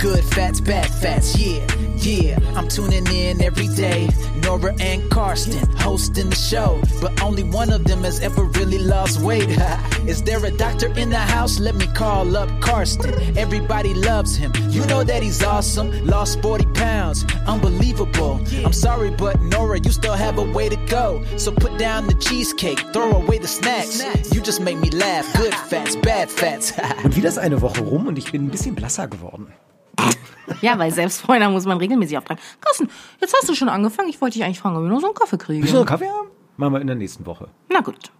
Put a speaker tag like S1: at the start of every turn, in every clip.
S1: Good fats, bad fats, yeah, yeah. I'm tuning in every day. Nora and Karsten hosting the show, but only one of them has ever really lost weight. Is there a doctor in the house? Let me call up Karsten. Everybody loves him. You know that he's awesome. Lost 40 pounds, unbelievable. I'm sorry, but Nora, you still have a way to go. So put down the cheesecake, throw away the snacks. You just make me laugh. Good fats, bad fats.
S2: Und wieder ist eine Woche rum und ich bin ein bisschen blasser geworden.
S3: Ja, weil Selbstfreunde muss man regelmäßig auftragen. Carsten, jetzt hast du schon angefangen. Ich wollte dich eigentlich fragen, ob wir noch so einen Kaffee kriegen.
S2: Willst du noch einen Kaffee haben? Machen wir in der nächsten Woche.
S3: Na gut.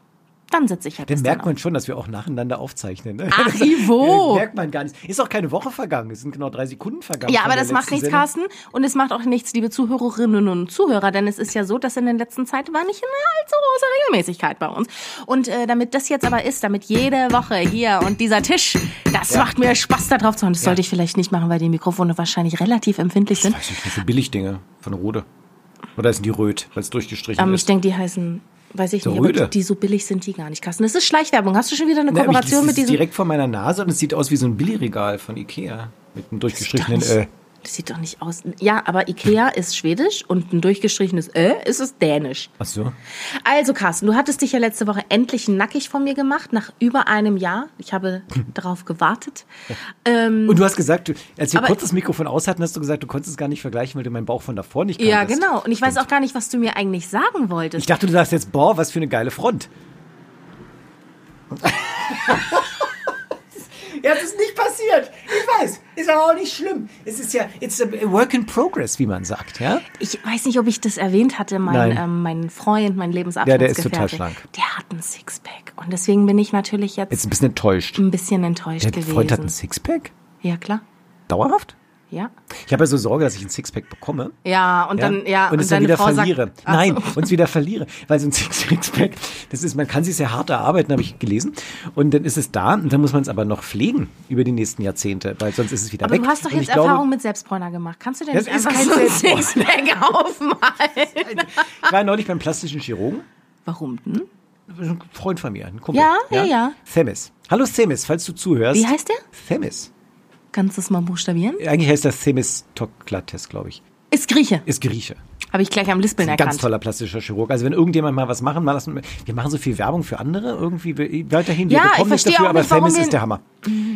S3: Dann setze ich halt
S2: Dann
S3: das
S2: merkt
S3: dann
S2: man schon, dass wir auch nacheinander aufzeichnen. Ne?
S3: Ach,
S2: Das-
S3: Ivo.
S2: Merkt man gar nicht. Ist auch keine Woche vergangen. Es sind genau drei Sekunden vergangen.
S3: Ja,
S2: von
S3: aber
S2: der
S3: das macht
S2: letzten
S3: nichts,
S2: Sendung.
S3: Carsten. Und es macht auch nichts, liebe Zuhörerinnen und Zuhörer, denn es ist ja so, dass in der letzten Zeit war nicht eine allzu große Regelmäßigkeit bei uns. Und äh, damit das jetzt aber ist, damit jede Woche hier und dieser Tisch, das macht mir Spaß, da drauf zu hören. Das sollte ich vielleicht nicht machen, weil die Mikrofone wahrscheinlich relativ empfindlich sind.
S2: Weiß ich nicht, so Billigdinge von Rode. Oder sind die röt, weil es durchgestrichen
S3: Ähm, ich
S2: ist?
S3: denke, die heißen, weiß ich
S2: So
S3: nicht, aber
S2: Rüde.
S3: die, die so billig sind die gar nicht, Carsten. Das ist Schleichwerbung. Hast du schon wieder eine
S2: Ne, aber ich-
S3: Kooperation
S2: das
S3: mit
S2: ist
S3: diesem...
S2: direkt vor meiner Nase und es sieht aus wie so ein Billigregal von Ikea. Mit einem durchgestrichenen
S3: Doch nicht.
S2: Äh.
S3: Das sieht doch nicht aus. Ja, aber Ikea ist schwedisch und ein durchgestrichenes Ö ist es dänisch.
S2: Ach so.
S3: Also Carsten, du hattest dich ja letzte Woche endlich nackig von mir gemacht, nach über einem Jahr. Ich habe darauf gewartet. Ähm,
S2: Und du hast gesagt, du, als wir
S3: Aber-
S2: kurz das Mikrofon aus hatten, hast du gesagt, du konntest es gar nicht vergleichen, weil du meinen Bauch von davor nicht kanntest.
S3: ja, genau. Und ich weiß auch gar nicht, was du mir eigentlich sagen wolltest.
S2: Ich dachte, du sagst jetzt, boah, was für eine geile Front. ja, es ist nicht passiert. Ich weiß. Ist aber auch nicht schlimm. Es ist ja, it's a work in progress, wie man sagt, ja?
S3: Ich weiß nicht, ob ich das erwähnt hatte. Mein,
S2: Nein.
S3: ähm, mein Freund, mein
S2: Ja,
S3: Lebensabschnittsgefährte.
S2: der ist total schlank.
S3: Der hat einen Sixpack. Und deswegen bin ich natürlich jetzt,
S2: Jetzt ein bisschen enttäuscht.
S3: ein bisschen enttäuscht
S2: Der
S3: gewesen.
S2: Freund hat ein Sixpack?
S3: ja, klar.
S2: Dauerhaft?
S3: Ja.
S2: Ich habe ja so Sorge, dass ich ein Sixpack bekomme.
S3: Ja, und dann, ja,
S2: und, es dann
S3: deine
S2: wieder
S3: Frau
S2: verliere.
S3: Sagt, Ach
S2: Nein,
S3: so.
S2: und es wieder verliere. Weil so ein Six- Sixpack, das ist, man kann sich sehr hart erarbeiten, habe ich gelesen. Und dann ist es da und dann muss man es aber noch pflegen über die nächsten Jahrzehnte, weil sonst ist es wieder
S3: Aber
S2: weg.
S3: du hast doch
S2: Und
S3: jetzt
S2: ich glaube-
S3: Erfahrung mit Selbstbräuner gemacht. Kannst du denn
S2: Das
S3: nicht
S2: ist
S3: einfach
S2: kein
S3: so ein
S2: Selbstbräuner.
S3: Sixpack aufmalen?
S2: Ich war neulich beim plastischen Chirurgen.
S3: Warum denn?
S2: Ein Freund von mir, ein Kumpel.
S3: Ja, ja, ja.
S2: Themis. Hallo Themis, falls du zuhörst.
S3: Wie heißt der?
S2: Themis.
S3: Kannst du es mal buchstabieren?
S2: Eigentlich heißt das Themis Toklates, glaube ich.
S3: Ist Grieche.
S2: Ist Grieche.
S3: Habe ich gleich am Lispeln
S2: Ein
S3: erkannt.
S2: ganz toller plastischer Chirurg. Also wenn irgendjemand mal was machen, mal lassen, wir machen so viel Werbung für andere irgendwie wir- weiterhin. Wir
S3: Ja, ich
S2: bekommen nichts
S3: verstehe
S2: dafür,
S3: auch
S2: aber
S3: nicht, warum
S2: Themis
S3: wir-
S2: ist der Hammer.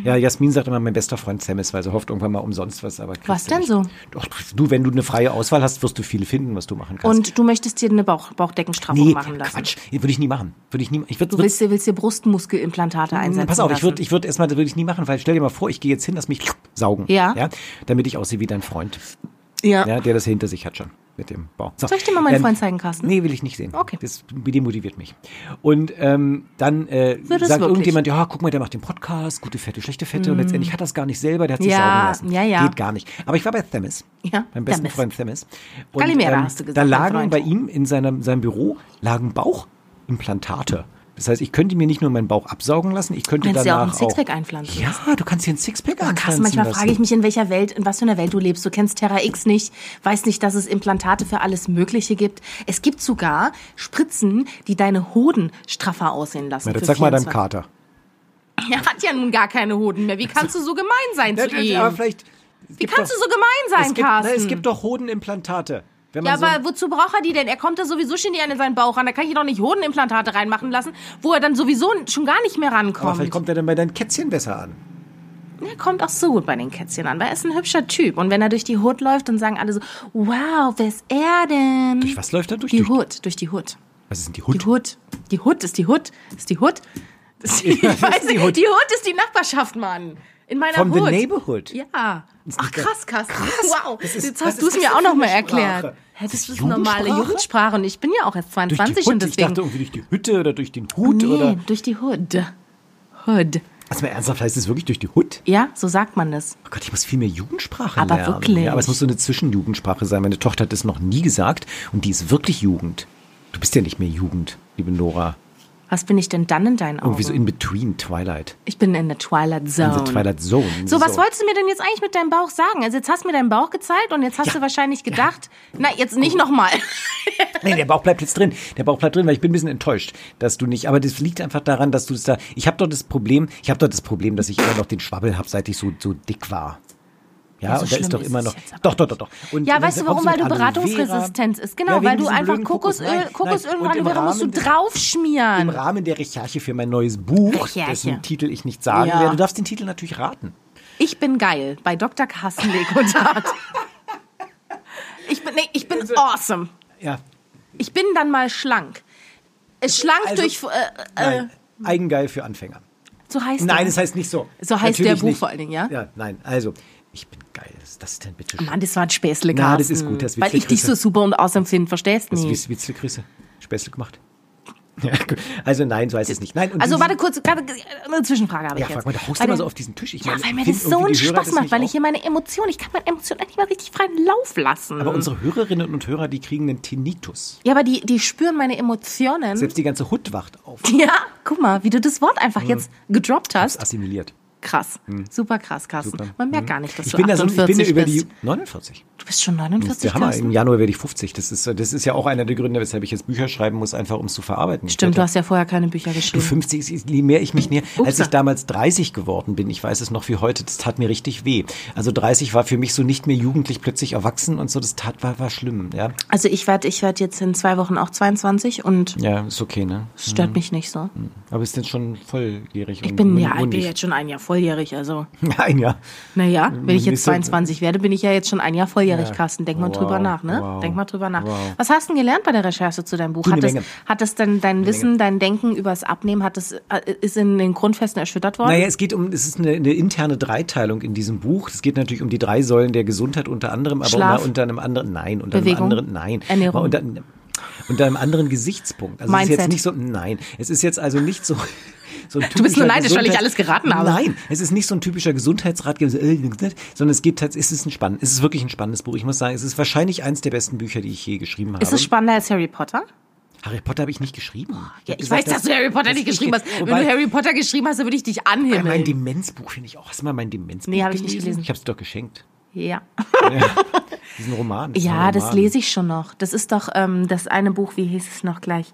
S2: Ja, Jasmin sagt immer, mein bester Freund Themis, weil sie hofft irgendwann mal umsonst was. Aber kriegst
S3: Was
S2: du
S3: denn
S2: nicht.
S3: so?
S2: Doch, du, wenn du eine freie Auswahl hast, wirst du viel finden, was du machen kannst.
S3: Und du möchtest dir eine Bauch Bauchdeckenstraffung
S2: nee,
S3: machen lassen.
S2: Quatsch, würde ich nie machen. Würde ich nie. Ich würde
S3: Du willst dir, willst dir Brustmuskelimplantate
S2: Mm,
S3: einsetzen.
S2: Pass auf, ich würde
S3: lassen.
S2: ich würd erstmal, das würde ich nie machen, weil stell dir mal vor, ich gehe jetzt hin, lass mich saugen.
S3: Ja.
S2: ja. Damit ich aussehe wie dein Freund,
S3: Ja.
S2: ja, der das hinter sich hat schon mit dem Bau. So. Ähm,
S3: Soll ich dir mal meinen Freund zeigen, Carsten?
S2: Nee, will ich nicht sehen.
S3: Okay.
S2: Das demotiviert mich. Und ähm, dann äh, sagt
S3: es wirklich?
S2: irgendjemand, ja, guck mal, der macht den Podcast, gute Fette, schlechte Fette. Und letztendlich hat das gar nicht selber, der hat sich
S3: Mm. Ja,
S2: saugen lassen.
S3: ja, ja.
S2: Geht gar nicht. Aber ich war bei Themis.
S3: Ja,
S2: Beim besten
S3: Themis.
S2: Freund Themis. Und, ähm,
S3: Calimera hast du gesagt,
S2: Da
S3: mein
S2: lagen
S3: Freund.
S2: bei ihm in seinem, seinem Büro lagen Bauchimplantate. Das heißt, ich könnte mir nicht nur meinen Bauch absaugen lassen, ich könnte
S3: Kannst dir auch
S2: danach
S3: einen Sixpack einpflanzen
S2: Ja, du kannst dir einen Sixpack
S3: Oh,
S2: anpflanzen
S3: Carsten, manchmal
S2: lassen.
S3: frage ich mich, in welcher Welt, in was für einer Welt du lebst. Du kennst Terra X nicht, weißt nicht, dass es Implantate für alles Mögliche gibt. Es gibt sogar Spritzen, die deine Hoden straffer aussehen lassen.
S2: Ja, das
S3: für
S2: sag mal deinem
S3: 24.
S2: Kater.
S3: Er hat ja nun gar keine Hoden mehr. Wie kannst du so gemein sein zu ihm?
S2: Also, Ne, aber vielleicht.
S3: Wie kannst du so gemein sein,
S2: es gibt,
S3: Carsten?
S2: Na, es gibt doch Hodenimplantate. Wenn man
S3: Ja,
S2: so,
S3: aber wozu braucht er die denn? Er kommt da sowieso schon an in seinen Bauch ran. Da kann ich doch nicht Hodenimplantate reinmachen lassen, wo er dann sowieso schon gar nicht mehr rankommt.
S2: aber vielleicht kommt er dann bei deinen Kätzchen besser an.
S3: Er kommt auch so gut bei den Kätzchen an, weil er ist ein hübscher Typ. Und wenn er durch die Hut läuft, dann sagen alle so, wow, wer ist er denn?
S2: Durch was läuft er durch?
S3: Die
S2: durch,
S3: Hut, durch die Hut.
S2: was ist denn die
S3: Die
S2: Hut?
S3: Hut. Die Hut ist die Hut. Ist die Hut? Das- Ich
S2: was ist
S3: weiß
S2: die
S3: nicht.
S2: Hut?
S3: Die Hut ist die Nachbarschaft, Mann. In meiner
S2: From the
S3: Hut.
S2: neighborhood.
S3: Ja. Ach krass, Carsten. Wow,
S2: Das ist-
S3: jetzt
S2: was
S3: hast
S2: ist
S3: du es
S2: das
S3: mir
S2: denn
S3: auch
S2: für
S3: noch
S2: eine
S3: mal
S2: Sprache?
S3: erklärt. Hä,
S2: Das
S3: das
S2: ist
S3: ist normale
S2: Jugendsprache?
S3: Jugendsprache und ich bin ja auch erst
S2: Durch die
S3: 22
S2: Hut?
S3: und
S2: Ich dachte
S3: deswegen.
S2: irgendwie durch die Hütte oder durch den Hut
S3: Nee,
S2: oder.
S3: durch die Hut. Hut.
S2: Also mal ernsthaft, heißt es wirklich durch die Hut?
S3: Ja, so sagt man das.
S2: Oh Gott, ich muss viel mehr Jugendsprache
S3: Aber
S2: lernen.
S3: wirklich.
S2: Ja, aber es muss so eine Zwischenjugendsprache sein. Meine Tochter hat das noch nie gesagt und die ist wirklich Jugend. Du bist ja nicht mehr Jugend, liebe Nora.
S3: Was bin ich denn dann in deinen Augen?
S2: Irgendwie so Oh, in between Twilight.
S3: Ich bin in der Twilight Zone.
S2: In the Twilight Zone.
S3: So, was wolltest du mir denn jetzt eigentlich mit deinem Bauch sagen? Also jetzt hast du mir deinen Bauch gezeigt und jetzt hast du wahrscheinlich gedacht, na, jetzt nicht nochmal.
S2: Nee, der Bauch bleibt jetzt drin. Der Bauch bleibt drin, weil ich bin ein bisschen enttäuscht, dass du nicht. Aber das liegt einfach daran, dass du es da. Ich habe doch das Problem. Ich habe doch das Problem, dass ich immer noch den Schwabbel habe, seit ich so so dick war. Ja, und
S3: so
S2: da
S3: schlimm
S2: ist doch
S3: ist
S2: immer
S3: es
S2: noch.
S3: jetzt aber
S2: Doch, doch, doch, doch. Und
S3: Ja,
S2: wenn-
S3: weißt du
S2: ob
S3: warum?
S2: sie mit
S3: Weil du
S2: Aloe Vera-
S3: beratungsresistent ist. Genau,
S2: Ja, wegen
S3: weil du
S2: diesem
S3: einfach
S2: blöden
S3: Kokosöl,
S2: Nein, nein.
S3: Kokosöl und
S2: Und im
S3: Aloe Vera musst du
S2: Rahmen des-
S3: draufschmieren.
S2: Im Rahmen der Recherche für mein neues Buch,
S3: Recherche.
S2: dessen Titel ich nicht sagen
S3: Ja.
S2: werde. Du darfst den Titel natürlich raten.
S3: Ich bin geil bei Dr. Carsten Lekodat. ich bin, nee, ich bin
S2: Also-
S3: awesome.
S2: Ja,
S3: Ich bin dann mal schlank. Äh, Schlank
S2: Also-
S3: durch. Äh, äh,
S2: nein. Eigengeil für Anfänger.
S3: so heißt
S2: Nein,
S3: er.
S2: es heißt nicht so.
S3: So heißt
S2: Natürlich
S3: der Buch
S2: nicht.
S3: vor allen Dingen, ja?
S2: Ja, nein, also, ich bin geil. Was ist das denn bitte schön?
S3: Mann, das war ein Späßle,
S2: Na, das
S3: Carsten.
S2: ist gut, das wird
S3: Weil ich dich
S2: Grüße.
S3: so super und awesome finde, verstehst du
S2: Das
S3: nicht?
S2: ist Witzle, Grüße. Späßle gemacht. Ja, gut. also nein, so heißt es nicht. Nein, und
S3: Also
S2: diese-
S3: warte kurz, gerade äh, eine Zwischenfrage habe
S2: Ja,
S3: ich jetzt.
S2: frag mal, da haust du immer
S3: Weil der-
S2: so auf diesen Tisch. Ich
S3: Ja,
S2: meine,
S3: weil mir
S2: find
S3: das so
S2: irgendwie
S3: einen
S2: die Hörer
S3: Spaß
S2: das
S3: macht,
S2: nicht
S3: weil ich
S2: auch.
S3: hier meine Emotionen, ich kann meine Emotionen eigentlich mal richtig freien Lauf lassen.
S2: Aber unsere Hörerinnen und Hörer, die kriegen einen Tinnitus.
S3: ja, aber die, die spüren meine Emotionen.
S2: Selbst Mhm. die ganze Hut wacht auf.
S3: ja, guck mal, wie du das Wort einfach jetzt gedroppt hast.
S2: Assimiliert.
S3: Krass. Super krass, Carsten. Man merkt gar nicht, dass
S2: Mhm. Ich
S3: du
S2: bin, da so, ich
S3: 48
S2: bin ja über
S3: bist.
S2: die 49.
S3: Du bist schon
S2: Das
S3: 49,
S2: ist der Hammer.
S3: Carsten?
S2: Im Januar werde ich 50. Das ist, das ist ja auch einer der Gründe, weshalb ich jetzt Bücher schreiben muss, einfach um es zu verarbeiten. Ich
S3: Stimmt, du
S2: werde-
S3: hast ja vorher keine Bücher
S2: Du
S3: geschrieben.
S2: 50, ist- ist- je mehr ich mich näher, als
S3: Upsa.
S2: ich damals 30 geworden bin, ich weiß es noch wie heute, das tat mir richtig weh. Also 30 war für mich so nicht mehr jugendlich, plötzlich erwachsen und so, das tat war, war schlimm, ja.
S3: Also ich werde ich werd jetzt in zwei Wochen auch 22 und
S2: Ja, ist okay, ne?
S3: es stört mich nicht so.
S2: Aber bist jetzt schon volljährig.
S3: Ich bin ja ich bin jetzt schon ein Jahr volljährig, also
S2: Nein, ja.
S3: naja, wenn ich jetzt
S2: Nächste-
S3: 22 werde, bin ich ja jetzt schon ein Jahr volljährig,
S2: halt- Ja.
S3: Carsten. Denk mal
S2: Wow,
S3: drüber nach, ne?
S2: wow,
S3: Denk mal drüber nach.
S2: wow.
S3: Was hast du denn gelernt bei der Recherche zu deinem Buch?
S2: Du, eine
S3: Hat das,
S2: Menge.
S3: hat das denn dein Wissen, dein Denken übers Abnehmen, hat das, äh, ist in den Grundfesten erschüttert worden?
S2: Naja, es geht um, es ist eine, eine interne Dreiteilung in diesem Buch. Es geht natürlich um die drei Säulen der Gesundheit unter anderem, aber
S3: Schlaf.
S2: unter einem anderen, nein, unter
S3: Bewegung.
S2: einem anderen, nein.
S3: Ernährung.
S2: Unter, unter einem anderen Gesichtspunkt. Also es ist jetzt
S3: Mindset.
S2: nicht so, nein, es ist jetzt also nicht so. So ein
S3: Du bist
S2: typischer
S3: nur neidisch, weil ich
S2: Gesundheits-
S3: alles geraten habe.
S2: Nein, es ist nicht so ein typischer Gesundheitsratgeber, so, äh, sondern es gibt halt, es ist ein spannend, es ist wirklich ein spannendes Buch. Ich muss sagen, es ist wahrscheinlich eins der besten Bücher, die ich je geschrieben habe.
S3: ist es spannender als Harry Potter?
S2: Harry Potter habe ich nicht geschrieben.
S3: Ja,
S2: hab
S3: ich
S2: gesagt,
S3: weiß, dass du Harry Potter
S2: dass
S3: nicht
S2: ich-
S3: geschrieben hast. Wenn
S2: Wobei-
S3: du Harry Potter geschrieben hast, dann würde ich dich anhimmeln.
S2: Mein Demenzbuch finde ich auch. Hast du mal mein Demenzbuch
S3: Nee, habe ich nicht gelesen.
S2: Ich habe es doch geschenkt.
S3: ja.
S2: Oh Diesen Roman.
S3: ja, das lese ich schon noch. Das ist doch ähm, das eine Buch, wie hieß es noch gleich?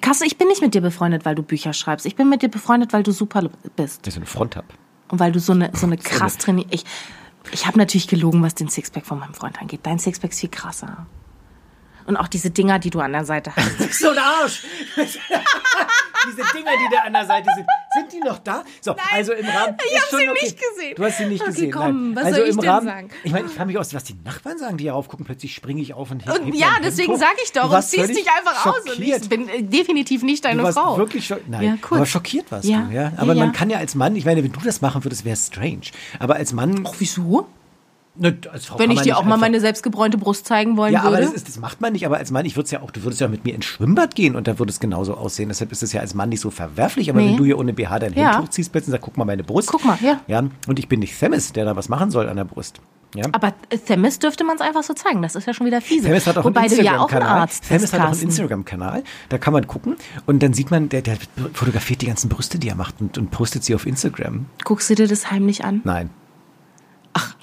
S3: Kasse, ich bin nicht mit dir befreundet, weil du Bücher schreibst. Ich bin mit dir befreundet, weil du super bist.
S2: Das ist ein Frontab.
S3: Und weil du so eine, so eine krass trainiert. Ich, ich habe natürlich gelogen, was den Sixpack von meinem Freund angeht. Dein Sixpack ist viel krasser. Und auch diese Dinger, die du an der Seite hast.
S2: So ein Arsch. Diese Dinger, die da an der Seite sind. Sind die noch da? So, also im Rahmen.
S3: ich
S2: ist
S3: hab
S2: schon
S3: sie nicht gesehen.
S2: Du hast sie nicht
S3: Okay,
S2: gesehen.
S3: komm,
S2: nein.
S3: was
S2: also
S3: soll ich
S2: im
S3: denn
S2: Rahmen,
S3: sagen?
S2: Ich meine, ich frage mich aus, was die Nachbarn sagen, die hier raufgucken. Plötzlich springe ich auf und hin.
S3: Und ja, deswegen sage ich doch. Und ziehst dich einfach aus. Und
S2: schockiert.
S3: ich bin äh, definitiv nicht deine
S2: Du warst
S3: Frau.
S2: wirklich schockiert. Nein,
S3: Ja, kurz.
S2: aber schockiert warst
S3: Ja,
S2: du. Ja?
S3: ja,
S2: Aber
S3: ja.
S2: man kann ja als Mann, ich meine, wenn du das machen würdest, wäre es strange. Aber als Mann,
S3: Ach, wieso?
S2: ne, als Frau
S3: Wenn
S2: kann
S3: ich
S2: man
S3: dir
S2: nicht
S3: auch mal
S2: einfach-
S3: meine selbstgebräunte Brust zeigen wollen
S2: Ja,
S3: würde.
S2: aber das, ist, das macht man nicht. Aber als Mann, ich würde ja auch, du würdest ja mit mir ins Schwimmbad gehen und da würde es genauso aussehen. Deshalb ist es ja als Mann nicht so verwerflich. Aber
S3: Nee.
S2: wenn du hier ohne BH dein
S3: Ja.
S2: Hemd hochziehst, plötzlich und sagst, guck mal meine Brust.
S3: Guck mal, ja.
S2: ja. Und ich bin nicht Themis, der da was machen soll an der Brust. Ja.
S3: aber äh, Themis dürfte man es einfach so zeigen. Das ist ja schon wieder fiese.
S2: Themis hat auch
S3: Wobei
S2: einen
S3: du ja auch ein
S2: Instagram-Kanal.
S3: Arzt
S2: Themis
S3: bist,
S2: hat auch einen
S3: Carsten.
S2: Instagram-Kanal. Da kann man gucken und dann sieht man, der, der fotografiert die ganzen Brüste, die er macht und, und postet sie auf Instagram.
S3: Guckst du dir das heimlich an?
S2: Nein.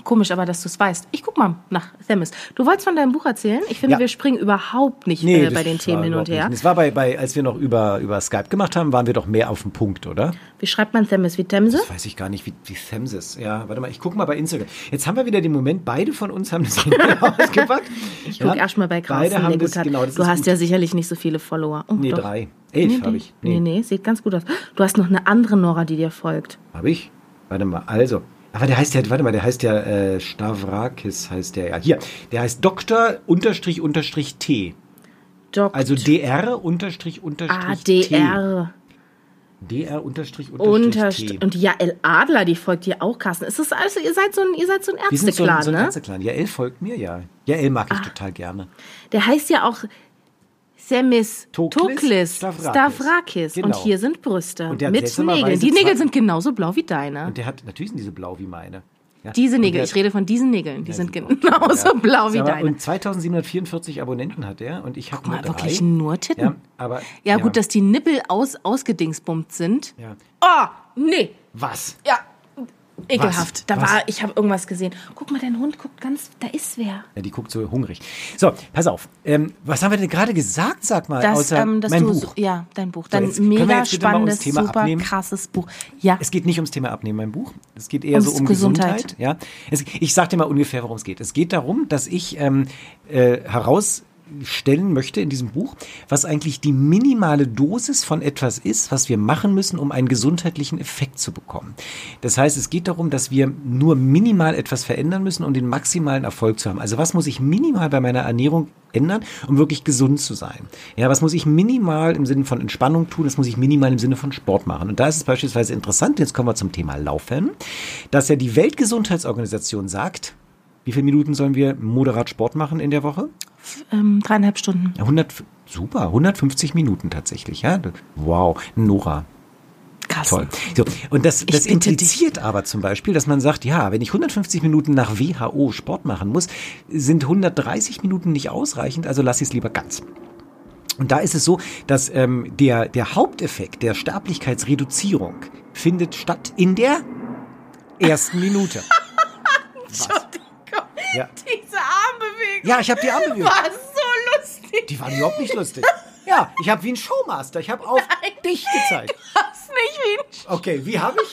S3: Komisch aber, dass du es weißt. Ich guck mal nach Themis. Du wolltest von deinem Buch erzählen? Ich finde,
S2: Ja.
S3: wir springen überhaupt nicht äh,
S2: das
S3: bei den
S2: war
S3: Themen hin und
S2: überhaupt
S3: her.
S2: nicht. Das war bei, bei, als wir noch über, über Skype gemacht haben, waren wir doch mehr auf den Punkt, oder?
S3: Wie schreibt man Themis? Wie Themse?
S2: Das weiß ich gar nicht, wie, wie Thames ist. Ja, warte mal, ich gucke mal bei Instagram. Jetzt haben wir wieder den Moment, beide von uns haben das Handy ausgepackt. Ich
S3: Guck erst mal bei
S2: Beide
S3: Carsten
S2: haben das,
S3: Legutat.
S2: genau, das
S3: du
S2: ist
S3: hast
S2: gut.
S3: ja sicherlich nicht so viele Follower. Oh,
S2: Nee,
S3: doch.
S2: drei. Elf
S3: nee,
S2: habe ich. Nee.
S3: Nee. nee, nee, sieht ganz gut aus. Du hast noch eine andere Nora, die dir folgt.
S2: Habe ich? Warte mal, also. Aber der heißt ja, warte mal, der heißt ja äh, Stavrakis, heißt der ja. Hier, der heißt Doktor unterstrich unterstrich T.
S3: Doc
S2: Also DR unterstrich unterstrich T.
S3: ADR.
S2: DR unterstrich unterstrich
S3: Unterst
S2: T.
S3: und Jael Adler, die folgt dir auch, Carsten. Ist das also, ihr seid so ein, ihr seid so ein
S2: Wir sind so ein,
S3: Ärzteklan,
S2: so ein
S3: ne? Ah.
S2: Ärzteklan. Jael folgt mir, ja. Jael mag ich total gerne.
S3: Der heißt ja auch Semis
S2: Toklis,
S3: Toklis
S2: Stavrakis.
S3: Stavrakis. Und
S2: Genau.
S3: hier sind Brüste.
S2: Und der hat
S3: Mit
S2: seltsamerweise
S3: Nägeln. Die
S2: zwei-
S3: Nägel sind genauso blau wie deine.
S2: Und der hat, natürlich sind diese blau wie meine. Ja.
S3: Diese
S2: Und
S3: Nägel,
S2: der-
S3: ich rede von diesen Nägeln. Die
S2: Ja,
S3: sind
S2: sind auch
S3: genauso
S2: toll,
S3: blau wie
S2: Sag mal,
S3: deine.
S2: Und 2744 Abonnenten hat er und ich habe
S3: Guck
S2: nur
S3: mal,
S2: drei.
S3: wirklich nur Titten.
S2: Ja, aber
S3: Ja, gut, dass die Nippel aus, ausgedingsbummt sind.
S2: ja.
S3: Oh, nee.
S2: Was?
S3: Ja. Ekelhaft. Da
S2: Was?
S3: war, ich habe irgendwas gesehen. Guck mal, dein Hund guckt ganz, da ist wer.
S2: Ja, die guckt so hungrig. So, pass auf. Ähm, was haben wir denn gerade gesagt, sag mal,
S3: Dass,
S2: außer
S3: ähm, dass
S2: mein
S3: du,
S2: Buch.
S3: ja, dein Buch. Dein
S2: jetzt können wir
S3: mega
S2: jetzt bitte mal
S3: spannendes,
S2: ums Thema
S3: super
S2: abnehmen?
S3: krasses Buch. Ja.
S2: Es geht nicht ums Thema Abnehmen, mein Buch. Es geht eher
S3: Ums
S2: so um
S3: Gesundheit.
S2: Gesundheit. ja. es, ich sag dir mal ungefähr, worum es geht. Es geht darum, dass ich ähm, äh, herausstellen möchte in diesem Buch, was eigentlich die minimale Dosis von etwas ist, was wir machen müssen, um einen gesundheitlichen Effekt zu bekommen. Das heißt, es geht darum, dass wir nur minimal etwas verändern müssen, um den maximalen Erfolg zu haben. Also was muss ich minimal bei meiner Ernährung ändern, um wirklich gesund zu sein? Ja, was muss ich minimal im Sinne von Entspannung tun? Das muss ich minimal im Sinne von Sport machen. Und da ist es beispielsweise interessant, jetzt kommen wir zum Thema Laufen, dass ja die Weltgesundheitsorganisation sagt, wie viele Minuten sollen wir moderat Sport machen in der Woche?
S3: Ähm, dreieinhalb Stunden.
S2: Ja, 100, super, 150 Minuten tatsächlich. Ja? Wow, Nora,
S3: Krass. Oh
S2: Toll. So, und das, das
S3: bitte dich.
S2: impliziert aber zum Beispiel, dass man sagt, ja, wenn ich 150 Minuten nach WHO Sport machen muss, sind 130 Minuten nicht ausreichend, also lass ich es lieber ganz. Und da ist es so, dass ähm, der, der Haupteffekt der Sterblichkeitsreduzierung findet statt in der ersten Minute. Was? Ja.
S3: Diese Armbewegung
S2: ja, ich habe die Arme bewegt.
S3: war so lustig.
S2: Die waren überhaupt nicht lustig. Ja, ich habe wie ein Showmaster, ich habe auf dich gezeigt.
S3: Das nicht wie ein Sch-
S2: Okay, wie habe ich?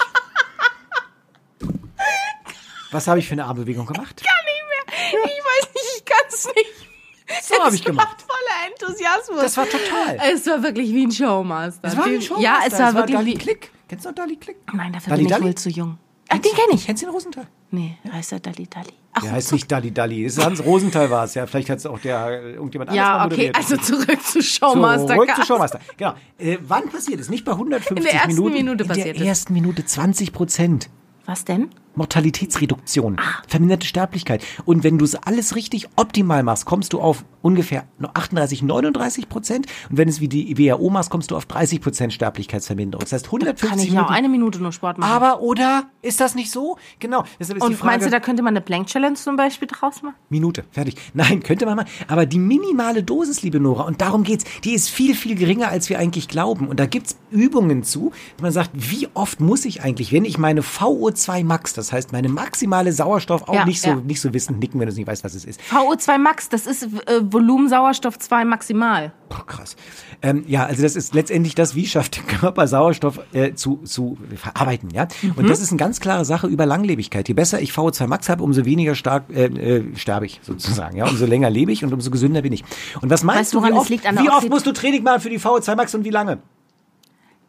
S2: Was habe ich für eine Armbewegung gemacht?
S3: Ich weiß nicht, ich kann es nicht.
S2: So hab
S3: Es
S2: ich gemacht.
S3: War voller Enthusiasmus.
S2: Das war total.
S3: Es war wirklich wie ein Showmaster.
S2: Es war
S3: Wie-
S2: ein Showmaster.
S3: Äh, Ja, es war wirklich
S2: Dolly
S3: wie.
S2: Klick. Kennst du noch Dolly Klick?
S3: Nein, dafür
S2: Dalli
S3: bin ich
S2: Dalli?
S3: wohl zu jung. Ah, den kenne ich.
S2: Kennst du den Rosenthal?
S3: Nee, heißt er Dalli Dalli. Ach,
S2: Der heißt nicht Dalli Dalli. Es ist Hans Rosenthal war es. Ja, vielleicht hat es auch der äh, irgendjemand anderes
S3: ja,
S2: mal
S3: okay,
S2: moderiert.
S3: also zurück zu
S2: so,
S3: Showmaster.
S2: zurück zu Showmaster. Genau. Äh, wann passiert es? Nicht bei 150
S3: In der ersten
S2: Minuten.
S3: Minute
S2: In
S3: passiert es.
S2: der ersten Minute 20 Prozent.
S3: Was denn?
S2: Mortalitätsreduktion,
S3: Ah.
S2: verminderte Sterblichkeit. Und wenn du es alles richtig optimal machst, kommst du auf ungefähr nur 38, 39 Prozent. Und wenn es wie die WHO machst, kommst du auf 30 Prozent Sterblichkeitsverminderung. Das heißt
S3: Kann
S2: 150
S3: ich ja auch
S2: Minuten.
S3: eine Minute nur Sport machen.
S2: Aber oder ist das nicht so? Genau. Deshalb ist die
S3: Und
S2: Frage,
S3: meinst du, da könnte man eine Plank-Challenge zum Beispiel draus machen?
S2: Minute, fertig. Nein, könnte man mal. Aber die minimale Dosis, liebe Nora, und darum geht's, die ist viel, viel geringer, als wir eigentlich glauben. Und da gibt's Übungen zu, dass man sagt, wie oft muss ich eigentlich, wenn ich meine VO2 Max, das heißt meine maximale Sauerstoff, auch
S3: Ja,
S2: nicht so,
S3: ja.
S2: nicht so wissend nicken, wenn du nicht weißt, was es ist.
S3: VO2 Max, das ist äh, Volumen Sauerstoff 2 maximal.
S2: Oh, krass. Ähm, ja, also das ist letztendlich das, wie schafft der Körper Sauerstoff äh, zu, zu verarbeiten, ja.
S3: Mhm.
S2: Und das ist eine ganz klare Sache über Langlebigkeit. Je besser ich VO2 Max habe, umso weniger stark äh, äh, sterbe ich sozusagen, ja. Umso länger lebe ich und umso gesünder bin ich. Und was meinst
S3: Weißt du,
S2: du, wie,
S3: woran es
S2: oft,
S3: liegt? An der
S2: wie oft
S3: Oxid-
S2: musst du Training machen für die VO2 Max und wie lange?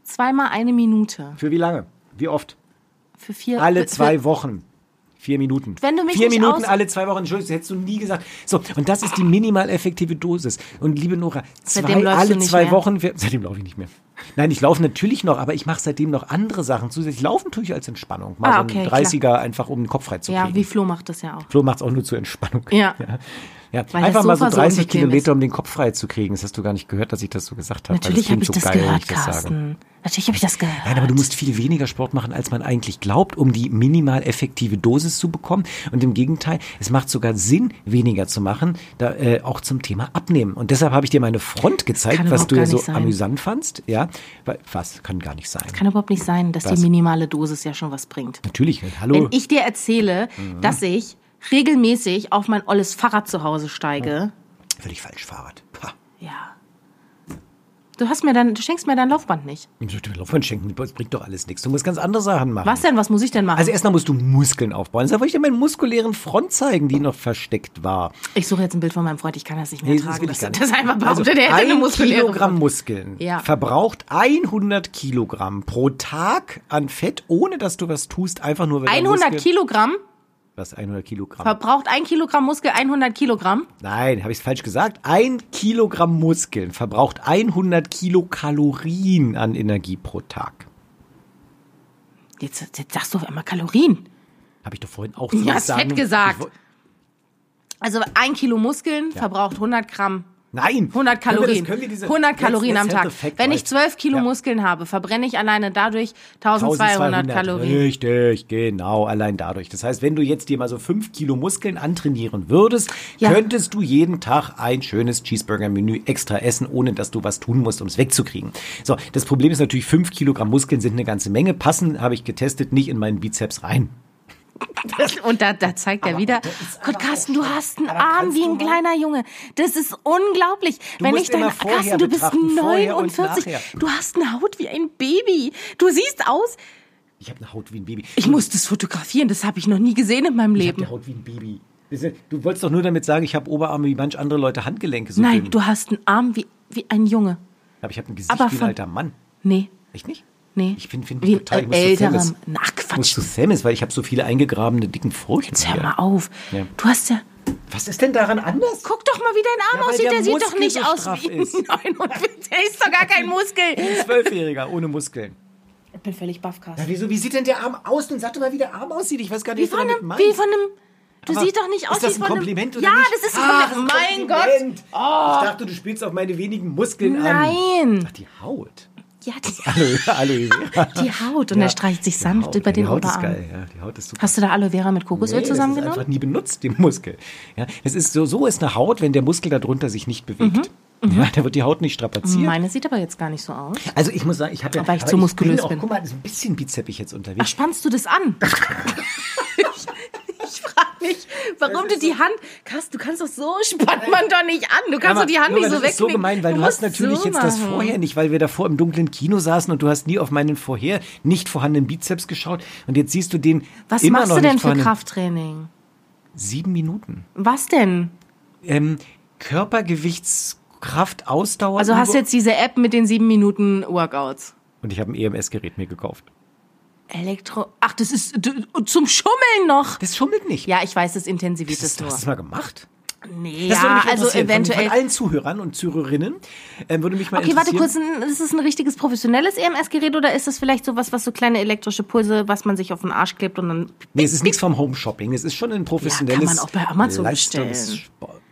S3: Zweimal eine Minute.
S2: Für wie lange? Wie oft?
S3: Für vier.
S2: Alle
S3: für,
S2: zwei Wochen. Vier Minuten.
S3: Wenn du mich
S2: Vier
S3: nicht
S2: Minuten
S3: aus-
S2: alle zwei Wochen, Entschuldigung, das hättest du nie gesagt. So, und das ist die minimal effektive Dosis. Und liebe Nora, zwei,
S3: Seitdem läufst du
S2: alle
S3: nicht
S2: zwei
S3: mehr.
S2: Wochen, wir- seitdem laufe ich nicht mehr. Nein, ich laufe natürlich noch, aber ich mache seitdem noch andere Sachen zusätzlich. Laufen tue ich als Entspannung. Mal
S3: Ah,
S2: so
S3: okay,
S2: einen
S3: klar.
S2: 30er einfach, um den Kopf frei zu
S3: Ja,
S2: kriegen.
S3: wie Flo macht das ja auch.
S2: Flo macht es auch nur zur Entspannung.
S3: Ja.
S2: ja. Ja.
S3: Weil
S2: Einfach
S3: das
S2: mal so
S3: Sofa so
S2: 30
S3: unbequem
S2: Kilometer, um den Kopf frei zu kriegen. Das hast du gar nicht gehört, dass ich das so gesagt habe. weil
S3: Natürlich habe
S2: klingt
S3: ich das
S2: geil, wenn
S3: gehört,
S2: ich das sage.
S3: Carsten. Natürlich habe ich das gehört.
S2: Nein, aber du musst viel weniger Sport machen, als man eigentlich glaubt, um die minimal effektive Dosis zu bekommen. Und im Gegenteil, es macht sogar Sinn, weniger zu machen, da, äh, auch zum Thema Abnehmen. Und deshalb habe ich dir meine Front gezeigt,
S3: kann
S2: was
S3: überhaupt
S2: du ja
S3: gar
S2: so
S3: nicht sein.
S2: amüsant fandst. Ja, Weil- was kann gar nicht sein.
S3: Kann überhaupt nicht sein, dass
S2: Was? Oh.
S3: die minimale Dosis ja schon was bringt.
S2: Natürlich, hallo.
S3: Wenn ich dir erzähle,
S2: Mhm.
S3: dass ich regelmäßig auf mein olles Fahrrad zu Hause steige,
S2: Völlig falsch, Fahrrad. Ha.
S3: ja. Du hast mir dann, du schenkst mir dein Laufband nicht.
S2: Ich sollte mir Laufband schenken, das bringt doch alles nichts. Du musst ganz andere Sachen machen.
S3: Was denn? Was muss ich denn machen?
S2: Also erstmal musst du Muskeln aufbauen. Deshalb wollte ich dir meinen muskulären Front zeigen, die noch versteckt war.
S3: ich suche jetzt ein Bild von meinem Freund, ich kann das nicht mehr
S2: Nee,
S3: tragen.
S2: will ich gar
S3: Das,
S2: nicht.
S3: das einfach
S2: Also
S3: behauptet, der hätte eine
S2: ein
S3: muskuläre
S2: Kilogramm
S3: Front.
S2: Muskeln
S3: Ja.
S2: verbraucht 100 Kilogramm pro Tag an Fett, ohne dass du was tust, einfach nur weil der
S3: 100
S2: Muskel-
S3: Kilogramm?
S2: Was, 100 Kilogramm?
S3: Verbraucht ein Kilogramm Muskel 100 Kilogramm?
S2: Nein, habe ich es falsch gesagt? Ein Kilogramm Muskeln verbraucht 100 Kilokalorien an Energie pro Tag.
S3: Jetzt, jetzt sagst du auf einmal Kalorien.
S2: Habe ich doch vorhin auch
S3: Ja,
S2: sowas
S3: hast
S2: sagen-
S3: Fett gesagt.
S2: Ich wo-
S3: Also ein Kilo Muskeln verbraucht 100 Gramm.
S2: Nein.
S3: 100
S2: Können wir das-
S3: Kalorien.
S2: können wir diese-
S3: 100
S2: Let's-
S3: Kalorien
S2: let's
S3: am
S2: have
S3: Tag.
S2: the fact
S3: Wenn
S2: right.
S3: ich 12 Kilo
S2: Ja.
S3: Muskeln habe, verbrenne ich alleine dadurch 1200,
S2: 1200
S3: Kalorien.
S2: Richtig, genau, allein dadurch. Das heißt, wenn du jetzt dir mal so 5 Kilo Muskeln antrainieren würdest,
S3: Ja.
S2: könntest du jeden Tag ein schönes Cheeseburger-Menü extra essen, ohne dass du was tun musst, um es wegzukriegen. So, das Problem ist natürlich, 5 Kilogramm Muskeln sind eine ganze Menge, passen, habe ich getestet, nicht in meinen Bizeps rein.
S3: Und da, da zeigt er wieder, Gott, Carsten, du hast einen Arm wie ein kleiner Junge. Das ist unglaublich.
S2: Du
S3: Wenn
S2: musst
S3: ich deine,
S2: immer vorher
S3: Carsten, du bist
S2: betrachten, vorher und
S3: 49.
S2: nachher.
S3: Du hast eine Haut wie ein Baby. Du siehst aus,
S2: Ich habe eine Haut wie ein Baby.
S3: ich muss das fotografieren, das habe ich noch nie gesehen in meinem
S2: Ich habe
S3: Leben.
S2: eine Haut wie ein Baby. Du wolltest doch nur damit sagen, ich habe Oberarme wie manch andere Leute Handgelenke. So
S3: Nein,
S2: dünn.
S3: du hast einen Arm wie, wie ein Junge.
S2: Aber ich habe ein Gesicht
S3: aber
S2: wie ein
S3: von-
S2: alter Mann.
S3: Nee,
S2: Echt nicht?
S3: nee.
S2: Ich finde find
S3: wie
S2: mich
S3: ein
S2: total. Ich muss zu
S3: älterer.
S2: Thermes.
S3: Na,
S2: Ich muss
S3: Quatsch,
S2: zu Thermes, weil ich habe so viele eingegrabene, dicken Furchen.
S3: jetzt hör
S2: hier.
S3: mal auf.
S2: Ja.
S3: Du hast ja...
S2: Was ist denn daran anders?
S3: Guck doch mal, wie dein
S2: Ja,
S3: Arm
S2: weil
S3: aussieht.
S2: der
S3: Der, sieht doch
S2: Muskel
S3: nicht
S2: so
S3: aus
S2: straff
S3: wie
S2: ist.
S3: 49. Der ist doch gar kein Muskel.
S2: Zwölfjähriger ohne Muskeln.
S3: Ich bin völlig baff, Carsten.
S2: Na, wieso? Wie sieht denn der Arm aus? Nun sag doch mal, wie der Arm aussieht. Ich weiß gar nicht,
S3: Wie
S2: was
S3: von
S2: du damit
S3: einem,
S2: meinst.
S3: wie von einem. Du
S2: Aber
S3: siehst doch nicht aus
S2: ist das
S3: wie
S2: ein
S3: von
S2: Kompliment
S3: einem.
S2: oder
S3: ja,
S2: nicht?
S3: das ist ein
S2: Ach,
S3: Kompliment. mein
S2: Kompliment.
S3: Gott. Oh.
S2: Ich dachte, du spielst auf meine wenigen Muskeln an.
S3: Nein.
S2: Ach, die Haut.
S3: Ja, die,
S2: Hallo, Aloe Vera.
S3: die Haut. Und er streicht sich sanft über den
S2: die Haut
S3: Oberarm.
S2: ist geil, ja. Die Haut ist super.
S3: Hast du da Aloe Vera mit Kokosöl
S2: Nee, Das ist
S3: zusammengenommen?
S2: einfach nie benutzt, den Muskel. Ja, das ist so, so ist eine Haut, wenn der Muskel darunter sich nicht bewegt.
S3: Mhm.
S2: Ja, da wird die Haut nicht strapaziert.
S3: Meine sieht aber jetzt gar nicht so aus.
S2: Also ich muss sagen, ich habe ja,
S3: Weil ich zu muskulös
S2: auch,
S3: bin.
S2: Guck mal, so ein bisschen bizeppig jetzt
S3: Ach,
S2: unterwegs.
S3: spannst du das an? ich ich frage mich, warum du die Hand. Carsten, du kannst doch so spannt man doch nicht an. Du kannst
S2: Aber,
S3: doch die Hand
S2: Nora,
S3: nicht so
S2: das ist so
S3: wegnehmen.
S2: gemein, weil du, hast
S3: musst
S2: natürlich
S3: so
S2: jetzt das
S3: machen.
S2: vorher nicht, weil wir davor im dunklen Kino saßen und du hast nie auf meinen vorher nicht vorhandenen Bizeps geschaut und jetzt siehst du den
S3: Was
S2: immer
S3: machst
S2: noch
S3: du denn
S2: nicht
S3: für
S2: vorhandenen-
S3: Krafttraining?
S2: Sieben Minuten.
S3: Was denn?
S2: Ähm, Körpergewichtskraft, Ausdauer.
S3: Also hast du jetzt diese App mit den sieben Minuten Workouts?
S2: Und ich habe ein EMS-Gerät mir gekauft.
S3: Elektro. Ach, das ist d- zum Schummeln noch.
S2: Das schummelt nicht.
S3: Ja, ich weiß, es intensiviert es
S2: das,
S3: nur.
S2: hast du mal gemacht?
S3: Nee,
S2: Das würde
S3: ja,
S2: mich
S3: also
S2: interessieren, von-
S3: eventuell.
S2: Von allen Zuhörern und Zuhörerinnen ähm, würde mich mal
S3: Okay, warte
S2: interessieren.
S3: kurz, ein- ist es ein richtiges professionelles EMS-Gerät oder ist es vielleicht sowas, was so kleine elektrische Pulse, was man sich auf den Arsch klebt und dann.
S2: Nee, es ist nichts vom Home-Shopping. Es ist schon ein professionelles.
S3: Ja, kann man auch bei Amazon
S2: Leistungs-
S3: bestellen.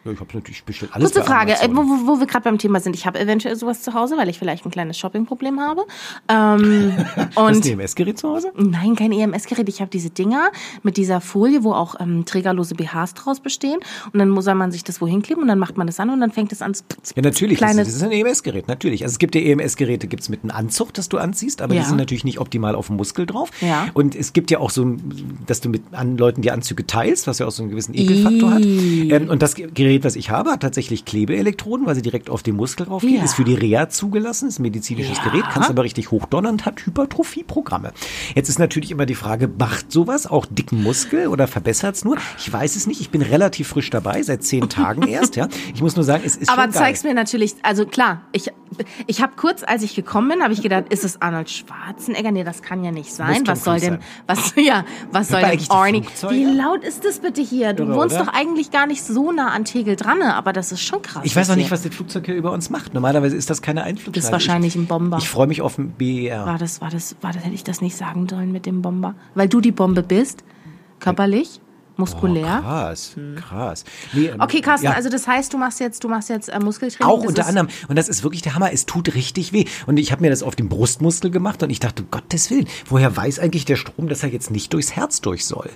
S2: Ja, ich habe natürlich bestellt. Alles
S3: Kurze
S2: bei
S3: Frage, äh,
S2: Amazon.
S3: wo, wo- wo wir gerade beim Thema sind. Ich habe eventuell sowas zu Hause, weil ich vielleicht ein kleines Shopping-Problem habe. Ähm,
S2: Hast
S3: und
S2: du ein EMS-Gerät zu Hause?
S3: Nein, kein EMS-Gerät. Ich habe diese Dinger mit dieser Folie, wo auch ähm, trägerlose BHs draus bestehen. Und dann muss soll man sich das wohin kleben und dann macht man das an und dann fängt es an. zu-
S2: Ja, natürlich. Das,
S3: Kleines-
S2: das ist ein EMS-Gerät, natürlich. Also es gibt ja EMS-Geräte, gibt's mit einem Anzug, das du anziehst, aber
S3: Ja.
S2: die sind natürlich nicht optimal auf dem Muskel drauf.
S3: Ja.
S2: Und es gibt ja auch so, dass du mit an Leuten die Anzüge teilst, was ja auch so einen gewissen Ekelfaktor hat. Ähm, und das Ge- Gerät, was ich habe, hat tatsächlich Klebeelektroden, weil sie direkt auf den Muskel raufgehen.
S3: Ja.
S2: Ist für die Reha zugelassen, ist ein medizinisches
S3: Ja.
S2: Gerät, kannst aber richtig hochdonnern und hat Hypertrophie-Programme. Jetzt ist natürlich immer die Frage, macht sowas auch dicken Muskel oder verbessert's nur? Ich weiß es nicht. Ich bin relativ frisch dabei, seit zehn Tagen erst. Ja. Ich muss nur sagen, es ist
S3: Aber
S2: schon geil.
S3: zeig's mir natürlich, also klar, ich, ich habe kurz, als ich gekommen bin, habe ich gedacht, ist es Arnold Schwarzenegger? Nee, das kann ja nicht sein.
S2: Muss Tom
S3: was soll
S2: Cruise
S3: denn, was, ja, was soll
S2: man
S3: denn
S2: eigentlich die
S3: Arnie?
S2: Flugzeuge?
S3: Wie laut ist das bitte hier? Du
S2: Irre,
S3: wohnst
S2: oder?
S3: doch eigentlich gar nicht so nah an Tegel dran, ne? aber das ist schon krass.
S2: Ich weiß
S3: was
S2: auch nicht,
S3: hier-
S2: was das Flugzeug hier über uns macht. Normalerweise ist das keine Einflugschneise.
S3: Das ist wahrscheinlich ein Bomber.
S2: Ich, ich freue mich auf den BER.
S3: War das, war das, war das, hätte ich das nicht sagen sollen mit dem Bomber? Weil du die Bombe bist, körperlich, muskulär.
S2: Oh, Krass, krass. Nee, ähm,
S3: Hm. okay, Carsten,
S2: ja.
S3: also das heißt, du machst jetzt, du machst jetzt äh, Muskeltraining.
S2: Auch
S3: das
S2: unter
S3: ist-
S2: anderem, und das ist wirklich der Hammer, es tut richtig weh. Und ich habe mir das auf den Brustmuskel gemacht und ich dachte, um Gottes Willen, woher weiß eigentlich der Strom, dass er jetzt nicht durchs Herz durch soll?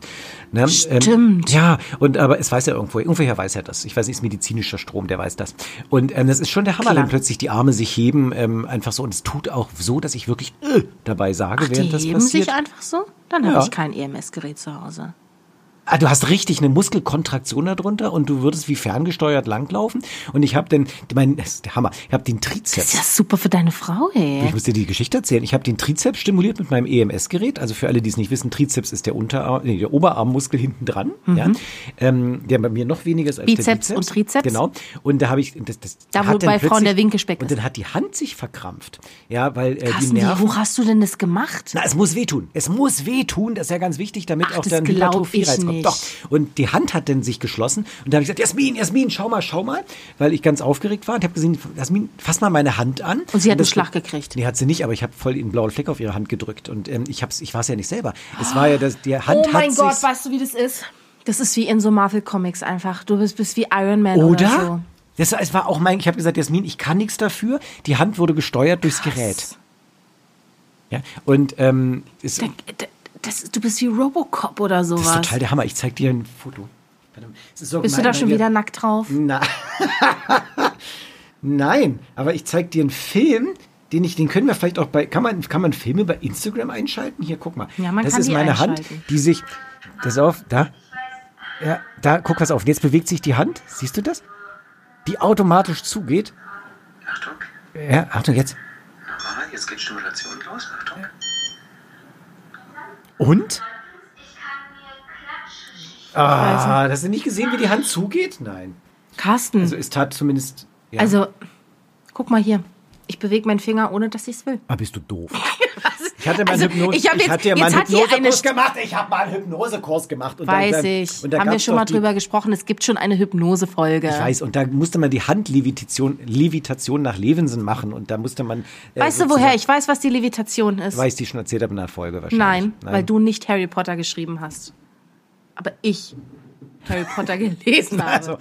S2: Ne? Ähm,
S3: Stimmt.
S2: ja, und aber es weiß ja irgendwo, irgendwoher weiß er das. Ich weiß nicht, es ist medizinischer Strom, der weiß das. Und ähm, das ist schon der Hammer,
S3: Klar.
S2: wenn plötzlich die Arme sich heben, ähm, einfach so. Und es tut auch so, dass ich wirklich äh, dabei sage,
S3: Ach, die
S2: während das
S3: heben
S2: passiert.
S3: sich einfach so? Dann habe
S2: Ja.
S3: ich kein EMS-Gerät zu Hause.
S2: Ah, du hast richtig eine Muskelkontraktion darunter und du würdest wie ferngesteuert langlaufen. Und ich habe den, mein, das ist der Hammer, ich habe den
S3: Das
S2: Trizeps.
S3: ist ja super für deine Frau, ey.
S2: Ich muss dir die Geschichte erzählen. Ich habe den Trizeps stimuliert mit meinem EMS-Gerät. Also für alle, die es nicht wissen, Trizeps ist der, Unterarm, nee, der Oberarmmuskel hinten dran, ja, ähm, der bei mir noch weniger ist als der
S3: Mhm. Bizeps
S2: Bizeps.
S3: und Trizeps.
S2: Genau. Und da habe ich das, das
S3: Da, wo
S2: hat dann
S3: bei Frauen
S2: plötzlich-
S3: der Winkelspeck
S2: Und
S3: ist.
S2: dann hat die Hand sich verkrampft, ja, weil äh, die
S3: Carsten, wie
S2: Nerven.
S3: hoch hast du denn das gemacht?
S2: Na, es muss wehtun. Es muss wehtun. Das ist ja ganz wichtig, damit
S3: Ach,
S2: auch
S3: das
S2: dann
S3: glaub
S2: Hypertrophie-Reiz
S3: ich
S2: kommt.
S3: nicht.
S2: Doch. Und die Hand hat dann sich geschlossen. Und da habe ich gesagt, Jasmin, Jasmin, schau mal, schau mal. Weil ich ganz aufgeregt war und habe gesehen, Jasmin, fass mal meine Hand an.
S3: Und sie hat einen
S2: das-
S3: Schlag gekriegt.
S2: Nee, hat sie nicht, aber ich habe voll den blauen Fleck auf ihre Hand gedrückt. Und ähm, ich, hab's, ich war es ja nicht selber. Es war ja, dass die Hand
S3: oh mein
S2: hat
S3: Gott,
S2: sich's-
S3: weißt du, wie das ist? Das ist wie in so Marvel-Comics einfach. Du bist, bist wie Iron Man oder,
S2: Oder?
S3: so.
S2: Das war- es war auch mein, ich habe gesagt, Jasmin, ich kann nichts dafür. Die Hand wurde gesteuert durchs Gerät. Ja? Und ähm, ist,
S3: D- Das, du bist wie Robocop oder sowas.
S2: das ist total der Hammer. Ich zeig dir ein Foto. Verdammt, es ist so
S3: bist du
S2: gemein,
S3: da
S2: weil
S3: schon
S2: wir-
S3: wieder nackt drauf?
S2: Na, nein, aber ich zeig dir einen Film, den ich, den können wir vielleicht auch bei, kann man, kann man Filme bei Instagram einschalten? Hier, guck mal.
S3: Ja, man
S2: das
S3: kann
S2: ist
S3: die
S2: meine Hand,
S3: einschalten.
S2: die sich, Pass auf, da. Ja, da, guck was auf. Jetzt bewegt sich die Hand. Siehst du das? Die automatisch zugeht.
S4: Achtung,
S2: Ja, Achtung, jetzt.
S4: normal, jetzt geht Stimulation los. Achtung.
S2: Und? Ah, hast du nicht gesehen, wie die Hand zugeht? Nein.
S3: Carsten,
S2: Also
S3: also,
S2: es tat zumindest. Ja.
S3: guck mal hier. Ich bewege meinen Finger, ohne dass ich es will.
S2: Ah, bist du doof. Ich hatte mal
S3: Also,
S2: einen Hypnose,
S3: ich hab jetzt-
S2: hatte ja mal
S3: jetzt
S2: einen
S3: hat hier eine
S2: Hypnosekurs
S3: St-
S2: gemacht. Ich habe mal einen Hypnosekurs gemacht. Und
S3: Weiß
S2: dann,
S3: ich.
S2: Und da
S3: Haben wir
S2: gab's
S3: schon mal
S2: doch die,
S3: drüber gesprochen. Es gibt schon eine Hypnose-Folge.
S2: Ich weiß, und da musste man die Handlevitation Levitation nach Levinson machen. Und da musste man. äh,
S3: Weißt du,
S2: sozusagen-
S3: woher? Ich weiß, was die Levitation ist.
S2: Weiß, die ich schon erzählt habe in einer Folge wahrscheinlich.
S3: Nein, weil du nicht Harry Potter geschrieben hast. Aber ich Harry Potter gelesen habe.
S2: Also,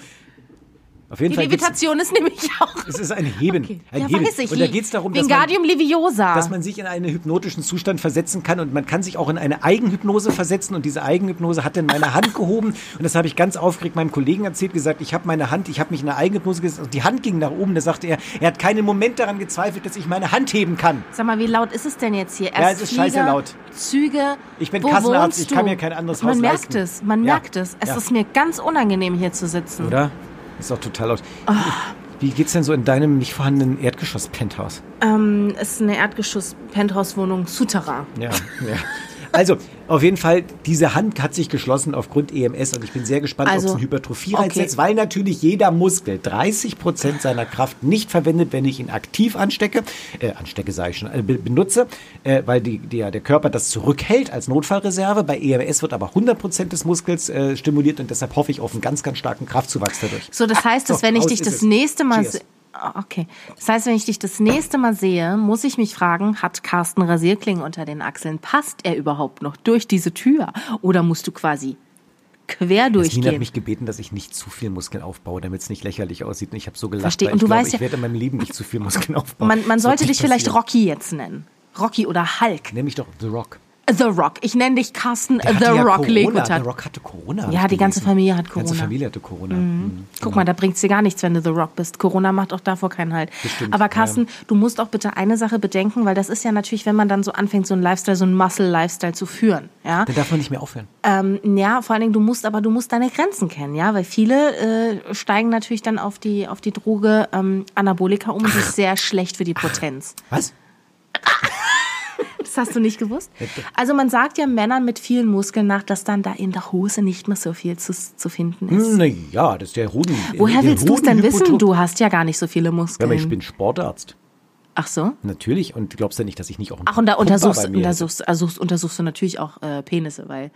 S2: auf jeden
S3: die
S2: Fall. gibt's-
S3: Levitation ist nämlich auch.
S2: Es ist ein Heben.
S3: Okay.
S2: Ein
S3: ja,
S2: Heben.
S3: weiß ich.
S2: Und da geht es darum, dass man,
S3: Wingardium Leviosa.
S2: dass man sich in einen hypnotischen Zustand versetzen kann und man kann sich auch in eine Eigenhypnose versetzen und diese Eigenhypnose hat dann meine Hand gehoben und das habe ich ganz aufgeregt meinem Kollegen erzählt, gesagt, ich habe meine Hand, ich habe mich in eine Eigenhypnose gesetzt und die Hand ging nach oben, da sagte er, er hat keinen Moment daran gezweifelt, dass ich meine Hand heben kann.
S3: Sag mal, wie laut ist es denn jetzt hier? Erst
S2: es ist scheiße laut.
S3: Züge.
S2: Ich bin
S3: wo
S2: Kassenarzt,
S3: wohnst
S2: ich
S3: du?
S2: kann mir kein anderes
S3: man
S2: Haus
S3: merkt
S2: leisten.
S3: Es, man
S2: Ja.
S3: merkt es. Es
S2: Ja.
S3: ist mir ganz unangenehm, hier zu sitzen.
S2: Oder? Ist doch total laut. Wie geht's denn so in deinem nicht vorhandenen Erdgeschoss-Penthouse?
S3: Ähm, es ist eine Erdgeschoss-Penthouse-Wohnung, Souterrain.
S2: Ja, ja. Also, auf jeden Fall, diese Hand hat sich geschlossen aufgrund EMS und ich bin sehr gespannt,
S3: Also,
S2: ob es einen Hypertrophie-Reiz
S3: okay.
S2: setzt, weil natürlich jeder Muskel 30 Prozent seiner Kraft nicht verwendet, wenn ich ihn aktiv anstecke, äh, anstecke sage ich schon, äh, be- benutze, äh, weil die, die, ja, der Körper das zurückhält als Notfallreserve. Bei EMS wird aber 100 Prozent des Muskels äh, stimuliert und deshalb hoffe ich auf einen ganz, ganz starken Kraftzuwachs dadurch.
S3: So, das heißt, dass
S2: So,
S3: wenn ich
S2: aus
S3: dich
S2: ist
S3: das
S2: es.
S3: nächste Mal
S2: Cheers.
S3: se- Ah, Okay. Das heißt, wenn ich dich das nächste Mal sehe, muss ich mich fragen, hat Carsten Rasierklingen unter den Achseln? Passt er überhaupt noch durch diese Tür? Oder musst du quasi quer
S2: Nina hat
S3: durchgehen?
S2: mich gebeten, dass ich nicht zu viel Muskeln aufbaue, damit es nicht lächerlich aussieht. Und ich habe so gelacht,
S3: Verstehe.
S2: weil
S3: Und
S2: ich
S3: du
S2: glaube,
S3: weißt
S2: ich
S3: ja-
S2: werde in meinem Leben nicht zu viel Muskeln aufbauen.
S3: Man,
S2: Das
S3: man
S2: wird
S3: sollte
S2: nicht
S3: dich vielleicht
S2: passieren.
S3: Rocky jetzt nennen. Rocky oder Hulk.
S2: Nenn mich doch The Rock.
S3: The Rock. Ich nenne dich Carsten
S2: Der
S3: The
S2: hatte ja
S3: Rock
S2: Corona. The
S3: Legutat.
S2: Rock hatte Corona. hab
S3: Ja,
S2: ich
S3: die ganze
S2: gelesen.
S3: Familie hat
S2: Die ganze
S3: Corona.
S2: Familie hatte Corona. Mhm.
S3: Guck mal, da bringt's dir gar nichts, wenn du The Rock bist. Corona macht auch davor keinen Halt.
S2: stimmt,
S3: Aber Carsten, du musst auch bitte eine Sache bedenken, weil das ist ja natürlich, wenn man dann so anfängt, so einen Lifestyle, so einen Muscle-Lifestyle zu führen. Ja?
S2: Da darf man nicht mehr aufhören.
S3: Ähm, ja, vor allen Dingen, du musst aber, du musst deine Grenzen kennen, ja, weil viele äh, steigen natürlich dann auf die, auf die Droge ähm, Anabolika um und die ist sehr schlecht für die Potenz.
S2: Was?
S3: Das hast du nicht gewusst? Also man sagt ja Männern mit vielen Muskeln nach, dass dann da in der Hose nicht mehr so viel zu, zu finden ist.
S2: Naja, Hm, das ist der Hoden.
S3: Woher
S2: der
S3: willst du es denn wissen?
S2: Hodenhypotro-
S3: Du hast ja gar nicht so viele
S2: Ja,
S3: Muskeln.
S2: aber ich bin Sportarzt.
S3: Ach so?
S2: Natürlich. Und glaubst du nicht, dass ich nicht auch einen
S3: Ach, und da
S2: Pumper
S3: untersuchst,
S2: bei mir hätte?
S3: untersuchst, untersuchst, untersuchst du natürlich auch äh, Penisse, weil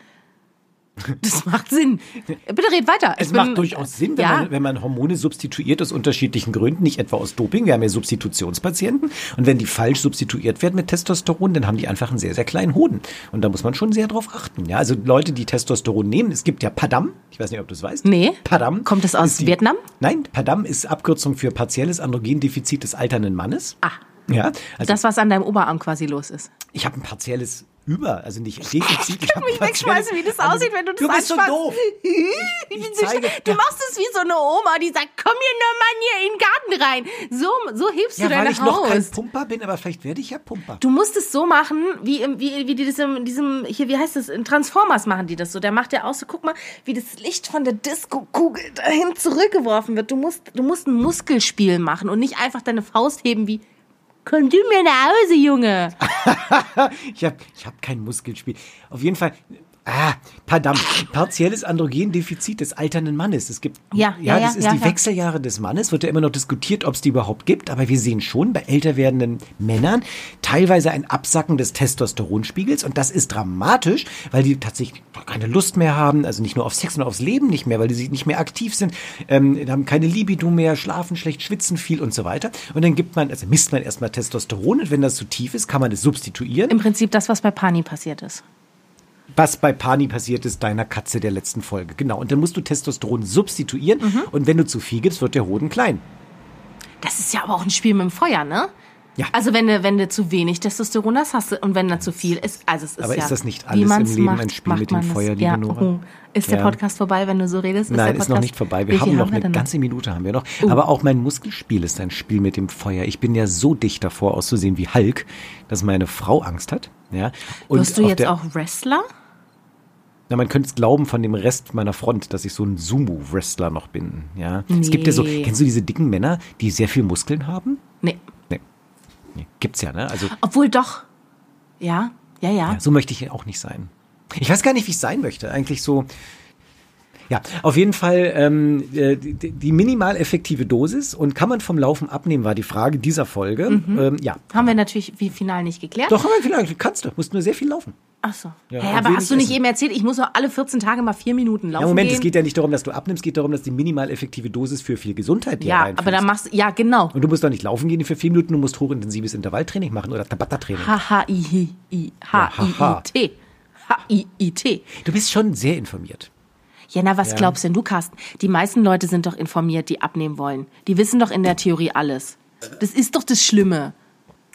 S3: das macht Sinn. Bitte red weiter.
S2: Es
S3: Ich bin-
S2: macht durchaus Sinn, wenn,
S3: ja,
S2: man, wenn man Hormone substituiert aus unterschiedlichen Gründen, nicht etwa aus Doping. Wir haben ja Substitutionspatienten. Und wenn die falsch substituiert werden mit Testosteron, dann haben die einfach einen sehr, sehr kleinen Hoden. Und da muss man schon sehr drauf achten. Ja, also Leute, die Testosteron nehmen, es gibt ja Padam. Ich weiß nicht, ob du es weißt.
S3: Nee.
S2: Padam.
S3: Kommt das aus
S2: ist die-
S3: Vietnam?
S2: Nein, Padam ist Abkürzung für partielles Androgendefizit des alternden Mannes.
S3: Ah.
S2: Ja, also
S3: Das, was an deinem Oberarm quasi los ist.
S2: ich habe ein partielles Über, also nicht Defizit. Ich kann
S3: mich wegschmeißen, wie das aussieht, wenn du das
S2: also, Du bist so
S3: anspannst.
S2: doof. Ich zeige-
S3: du machst es wie so eine Oma, die sagt, komm hier nur mal hier in den Garten rein. So, so hebst
S2: Ja,
S3: du deine
S2: weil ich noch kein
S3: Haus.
S2: Pumper bin, aber vielleicht werde ich ja Pumper.
S3: Du musst es so machen, wie, im, wie, wie die das in diesem, hier, wie heißt das, in Transformers machen die das so. Da macht der auch so, guck mal, wie das Licht von der Disco-Kugel dahin zurückgeworfen wird. Du musst, du musst ein Muskelspiel machen und nicht einfach deine Faust heben wie, komm du mir nach Hause, Junge.
S2: Ich habe ich hab kein Muskelspiel. Auf jeden Fall. Ah, pardon. Partielles Androgendefizit des alternden Mannes. Es gibt
S3: Ja, ja, ja,
S2: das ist
S3: ja,
S2: die
S3: ja.
S2: Wechseljahre des Mannes. Wird ja immer noch diskutiert, ob es die überhaupt gibt. Aber wir sehen schon bei älter werdenden Männern teilweise ein Absacken des Testosteronspiegels und das ist dramatisch, weil die tatsächlich keine Lust mehr haben. Also nicht nur auf Sex, sondern aufs Leben nicht mehr, weil die sich nicht mehr aktiv sind, ähm, haben keine Libido mehr, schlafen schlecht, schwitzen viel und so weiter. Und dann gibt man, also misst man erstmal Testosteron und wenn das zu tief ist, kann man es substituieren.
S3: Im Prinzip das, was bei Pani passiert ist.
S2: Was bei Pani passiert ist, deiner Katze der letzten Folge. Genau. Und dann musst du Testosteron substituieren.
S3: Mhm.
S2: Und wenn du zu viel gibst, wird der Hoden klein.
S3: Das ist ja aber auch ein Spiel mit dem Feuer, ne?
S2: Ja.
S3: Also wenn du, wenn du zu wenig Testosteron hast, hast du, und wenn da zu viel ist, also es ist
S2: Aber
S3: ja,
S2: ist das nicht
S3: wie
S2: alles im
S3: man's
S2: Leben
S3: macht,
S2: ein Spiel
S3: macht
S2: mit dem
S3: man es.
S2: Feuer, liebe
S3: ja.
S2: Nora?
S3: Oh. Ist der
S2: Ja.
S3: Podcast vorbei, wenn du so redest? der
S2: Nein, ist noch
S3: Podcast-
S2: nicht vorbei.
S3: Wie
S2: Wir haben
S3: viel
S2: noch eine
S3: denn Uh.
S2: ganze Minute haben wir noch. Aber auch mein Muskelspiel ist ein Spiel mit dem Feuer. Ich bin ja so dicht davor, auszusehen wie Hulk, dass meine Frau Angst hat. Ja. Und
S3: Wirst du
S2: auf
S3: jetzt
S2: der-
S3: auch Wrestler?
S2: na, man könnte es glauben von dem Rest meiner Front, dass ich so ein Sumo-Wrestler noch bin. Ja? Es gibt ja so,
S3: Nee.
S2: kennst du diese dicken Männer, die sehr viel Muskeln haben?
S3: Nee.
S2: Nee. nee. Gibt's ja, ne? Also
S3: Obwohl doch. Ja, ja, ja.
S2: ja, so möchte ich auch nicht sein. Ich weiß gar nicht, wie ich sein möchte. Eigentlich so. Ja, auf jeden Fall ähm, äh, die, die minimal effektive Dosis und kann man vom Laufen abnehmen, war die Frage dieser Folge.
S3: Mhm.
S2: Ähm, ja.
S3: Haben wir natürlich wie final nicht geklärt.
S2: Doch, aber vielleicht kannst du, musst nur sehr viel laufen.
S3: Ach so.
S2: Ja,
S3: Hä,
S2: und
S3: aber
S2: wenig
S3: hast du nicht
S2: essen.
S3: eben erzählt, ich muss doch alle 14 Tage mal vier Minuten laufen
S2: Ja, Moment,
S3: gehen?
S2: es geht ja nicht darum, dass du abnimmst, es geht darum, dass die minimal effektive Dosis für viel Gesundheit dir
S3: ja,
S2: reinfließt.
S3: aber dann machst ja genau.
S2: und du musst doch nicht laufen gehen für vier Minuten, du musst hochintensives Intervalltraining machen oder Tabata-Training.
S3: H H I I I H I I T H I I T.
S2: Du bist schon sehr informiert.
S3: Ja, na, was
S2: Ja.
S3: glaubst denn du, Carsten? Die meisten Leute sind doch informiert, die abnehmen wollen. Die wissen doch in der Theorie alles. Das ist doch das Schlimme.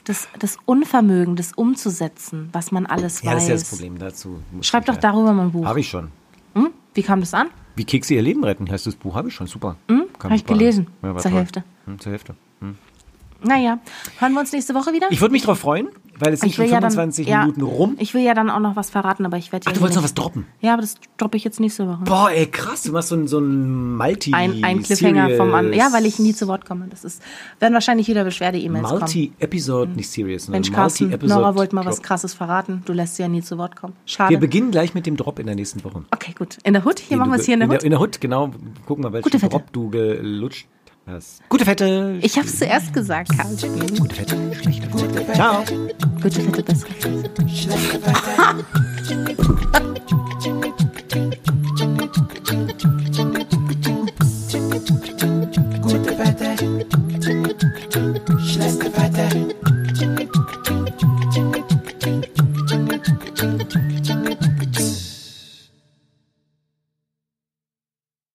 S3: Das, das Unvermögen, das umzusetzen, was man alles
S2: Ja,
S3: weiß.
S2: das ist ja das Problem dazu. muss
S3: Schreib
S2: ich
S3: doch
S2: ja-
S3: darüber mal ein Buch.
S2: Habe ich schon.
S3: Hm? Wie kam das an?
S2: Wie Kekse ihr Leben retten, heißt das Buch, habe ich schon, super. Kam
S3: Mhm, hab ich
S2: super an.
S3: gelesen,
S2: war
S3: zur
S2: toll.
S3: Hälfte.
S2: Hm, zur Hälfte.
S3: Naja, hören wir uns nächste Woche wieder?
S2: Ich würde mich darauf freuen, weil es sind schon 25
S3: ja,
S2: Minuten rum.
S3: Ich will ja dann auch noch was verraten, aber ich werde
S2: Ach,
S3: ja
S2: du
S3: hier
S2: wolltest noch was
S3: nicht-
S2: droppen.
S3: Ja, aber das droppe ich jetzt nächste Woche.
S2: Boah, ey, krass, du machst so ein, so ein Multi-
S3: Ein, ein Cliffhanger vom anderen. Ja, weil ich nie zu Wort komme. Das ist, werden wahrscheinlich wieder Beschwerde-E-Mails kommen.
S2: Multi-Episode, nicht serious, sondern
S3: Hm. Mensch, Carsten,
S2: Multi-Episode.
S3: Nora wollte mal was
S2: Drop.
S3: Krasses verraten. Du lässt sie ja nie zu Wort kommen.
S2: Wir
S3: Schade.
S2: beginnen gleich mit dem Drop in der nächsten Woche.
S3: Okay, gut. In der Hut? Hier
S2: Den
S3: machen
S2: du
S3: wir es hier in der
S2: ge-
S3: Hut.
S2: In der Hut, genau. Gucken wir,
S3: Gute
S2: welchen
S3: Fette.
S2: Drop du gelutscht hast. Gute Fette.
S3: Ich hab's zuerst gesagt, Carsten.
S2: Gute Fette. Schlechte Fette. Ciao.
S3: Gute Fette, beste.
S5: Gute Wette, schlechte